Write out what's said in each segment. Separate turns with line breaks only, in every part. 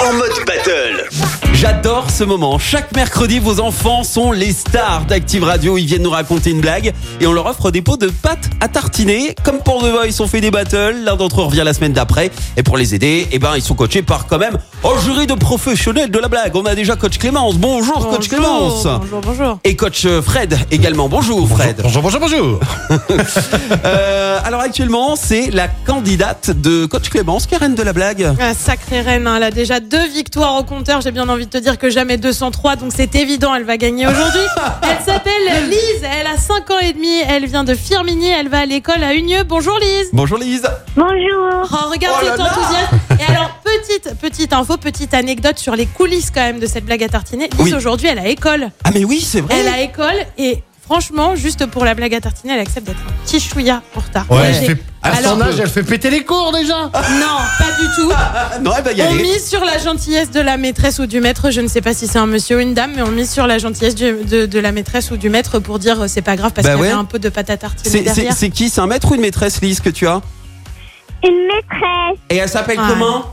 en mode battle.
J'adore ce moment. Chaque mercredi, vos enfants sont les stars d'Active Radio. Ils viennent nous raconter une blague et on leur offre des pots de pâtes à tartiner. Comme pour The Voice, on fait des battles. L'un d'entre eux revient la semaine d'après. Et pour les aider, eh ben, ils sont coachés par quand même un jury de professionnels de la blague. On a déjà coach Clémence. Bonjour, coach Clémence.
Bonjour, bonjour.
Et coach euh, Fred également. Bonjour Fred.
Bonjour, bonjour, bonjour.
Euh, alors actuellement, c'est la candidate de coach Clémence, Karen de la blague.
Ah, sacrée reine, hein, elle a déjà deux victoires au compteur. J'ai bien envie de te dire que jamais 203, donc c'est évident, elle va gagner aujourd'hui. Elle s'appelle Lise, elle a 5 ans et demi, elle vient de Firminy, elle va à l'école à Unieux. Bonjour Lise.
Bonjour Lise.
Oh, regarde
Oh là
cet
là.
enthousiasme. Et alors, petite, petite info, petite anecdote sur les coulisses quand même de cette blague à tartiner. Lise
Oui.
aujourd'hui, elle a école.
Ah mais oui, c'est vrai.
Elle a école et franchement, juste pour la blague à tartiner, elle accepte d'être un petit chouïa en retard.
Ouais,
Moi,
elle
j'ai-
fait- à son
Alors-
âge, elle fait péter les cours déjà.
Non, pas du tout.
Ah, non, elle va y
On
aller.
mise sur la gentillesse de la maîtresse ou du maître. Je ne sais pas si c'est un monsieur ou une dame, mais on mise sur la gentillesse du- de, de la maîtresse ou du maître pour dire euh, c'est pas grave parce
Bah
qu'il y
ouais.
avait un peu de pâte à tartiner
C'est- C'est
derrière.
c'est qui C'est un maître ou une maîtresse, Lise, que tu as
Une maîtresse,
Et elle s'appelle
Ah.
comment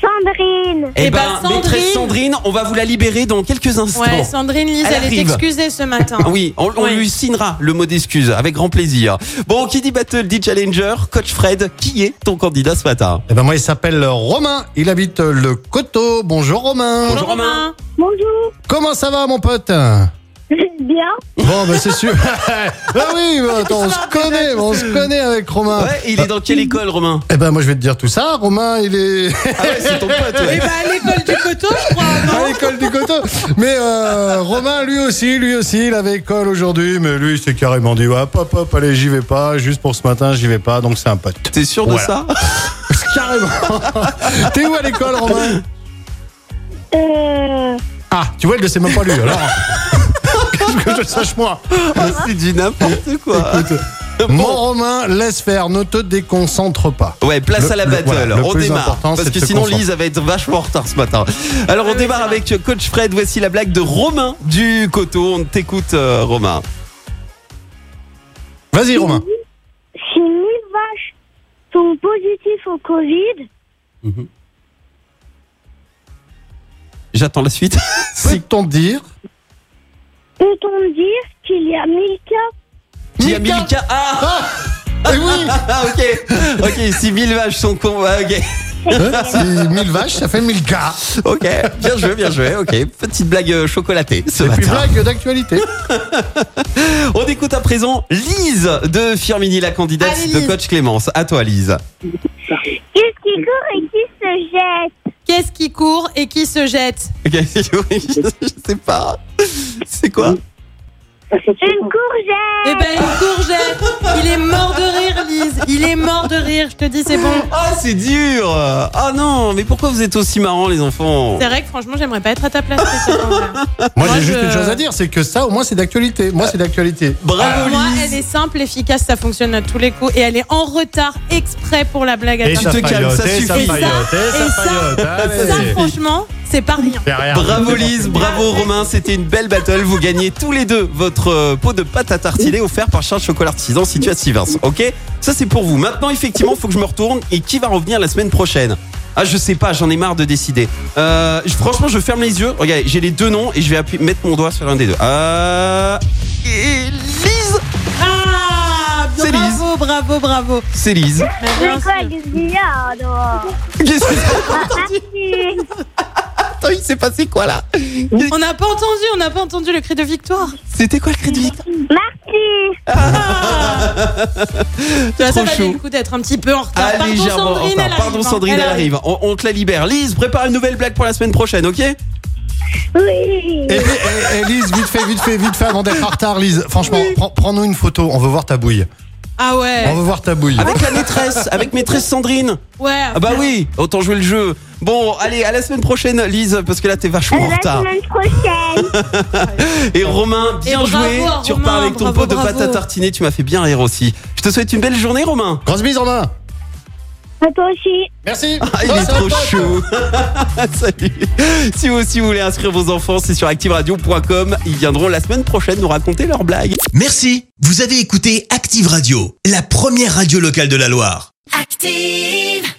Sandrine.
Eh
Eh
ben,
ben,
maîtresse Sandrine, on va vous la libérer dans quelques instants.
Ouais, Sandrine Lise,
Elle
elle, est
arrive.
excusée ce matin.
Ah Oui, on, on
Ouais.
lui signera le mot d'excuse avec grand plaisir. Bon, qui dit battle dit challenger. Coach Fred, qui est ton candidat ce matin
Eh ben moi, il s'appelle Romain. Il habite euh, le Coteau. Bonjour Romain.
Bonjour, Romain.
Bonjour.
Comment ça va, mon pote
Bien.
Bon, bah c'est sûr. bah oui, bah, attends, on se connaît, on se connaît avec Romain.
Ouais, il est dans quelle école, Romain
Eh ben moi, je vais te dire tout ça. Romain, il est
Ah ouais, c'est ton pote.
Eh
ouais.
ben, à l'école du coteau, je crois. non
à l'école du Coteau. Mais euh, Romain, lui aussi, lui aussi, il avait école aujourd'hui, mais lui, il s'est carrément dit, ouais, hop, hop, allez, j'y vais pas. Juste pour ce matin, j'y vais pas. Donc c'est un pote.
T'es sûr de
Voilà.
ça
Carrément. T'es où à l'école, Romain
Euh,
Ah, tu vois, il ne sait même pas lui, alors. Qu'est-ce que je sache, moi
Oh, C'est du n'importe quoi.
Mon Romain, laisse faire, ne te déconcentre pas.
Ouais, place
Le-
à la
le-
battle.
voilà, le
on
plus
démarre.
important,
Parce
c'est de
que
se
sinon,
concentrer. Ah
Lise, elle va être vachement en retard ce matin. Alors, on
oui,
démarre
c'est vrai.
avec Coach Fred. Voici la blague de Romain du Coteau. On t'écoute, euh, Romain.
Vas-y, Romain.
si mille vaches sont positives au Covid,
J'attends la suite. Si
Peut-on dire
peut-on dire qu'il y a mille cas
qui a mis le cas- Ah,
Eh oui
ah, ok. Ok, si mille vaches sont con. ah, ok.
Hein, C'est 1000 vaches, ça fait 1000 cas.
Ok, bien joué, bien joué. Ok, petite blague euh, chocolatée ce
Et puis
matin.
blague d'actualité.
On écoute à présent Lise de Firmini, la candidate
Allez,
de
Lise.
Coach Clémence. À toi, Lise.
Qu'est-ce qui court et qui se jette
Qu'est-ce qui court et qui se jette
Ok, je sais pas. C'est quoi
Une courgette.
Eh ben, une courgette. Il est mort de rire, Lise. Il est mort de rire, je te dis, c'est bon.
Ah, c'est dur Ah non, mais pourquoi vous êtes aussi marrants, les enfants
C'est vrai que franchement, j'aimerais pas être à ta place. Christophe, en vrai.
Moi,
Moi,
j'ai juste
je-
une chose à dire, c'est que ça, au moins, c'est d'actualité. Moi, c'est d'actualité.
Bravo,
Moi, elle
Lise
est simple, efficace, ça fonctionne à tous les coups et elle est en retard exprès pour la blague à
ça
tartiner.
te calmes, ça suffit.
Et ça,
Ah,
Ça, franchement, c'est pas rien.
Bravo Lise, bravo Romain, c'était une belle battle. Vous gagnez tous les deux votre euh, pot de pâte à tartiner offert par Charles Chocolat Artisan situé à Sivins. Ok Ça c'est pour vous. Maintenant, effectivement, faut que je me retourne et qui va revenir la semaine prochaine Ah, je sais pas, j'en ai marre de décider. Euh, je- franchement, je ferme les yeux. Regardez, j'ai les deux noms et je vais appuyer, mettre mon doigt sur l'un des deux. Euh, et Lise
Ah,
C'est Lise.
bravo, bravo, bravo.
C'est Lise.
Mais bien
C'est
sûr.
quoi du billard
Qu'est-ce que c'est
Qu'est-ce
Attends, il s'est passé quoi là
On n'a pas entendu, on n'a pas entendu le cri de victoire.
C'était quoi le crédit
Merci.
Ah. Tu
Ah.
vois, ça
Trop
valait
chaud.
le coup d'être un petit peu en retard.
Ah,
Pardon,
légèrement en
Sandrine,
retard.
elle
Pardon,
arrive, hein.
Sandrine, elle arrive. On, on te la libère. Lise, prépare une nouvelle blague pour la semaine prochaine, ok
Oui.
Et, et- et Lise, vite fait, vite fait, vite fait, avant d'être en retard, Lise. Franchement, prends- prends-nous une photo. On veut voir ta bouille.
Ah ouais,
On veut voir ta bouille.
Avec la maîtresse, avec maîtresse Sandrine.
ouais.
Ah bah oui, autant jouer le jeu. Bon, allez, à la semaine prochaine, Lise, parce que là, t'es
À
vachement en
la
retard.
semaine prochaine.
Et Romain, bien
Et bravo
joué.
à
Tu
Romain,
repars avec ton
bravo,
pot de
bravo.
pâte à tartiner, tu m'as fait bien rire aussi. Je te souhaite une belle journée, Romain.
Grosse bise, Romain.
À toi aussi.
Merci.
Ah,
Oh,
il est trop chou. Salut. Si vous aussi vous voulez inscrire vos enfants, c'est sur activeradio.com. Ils viendront la semaine prochaine nous raconter leurs blagues.
Merci. Vous avez écouté Active Radio, la première radio locale de la Loire.
Active!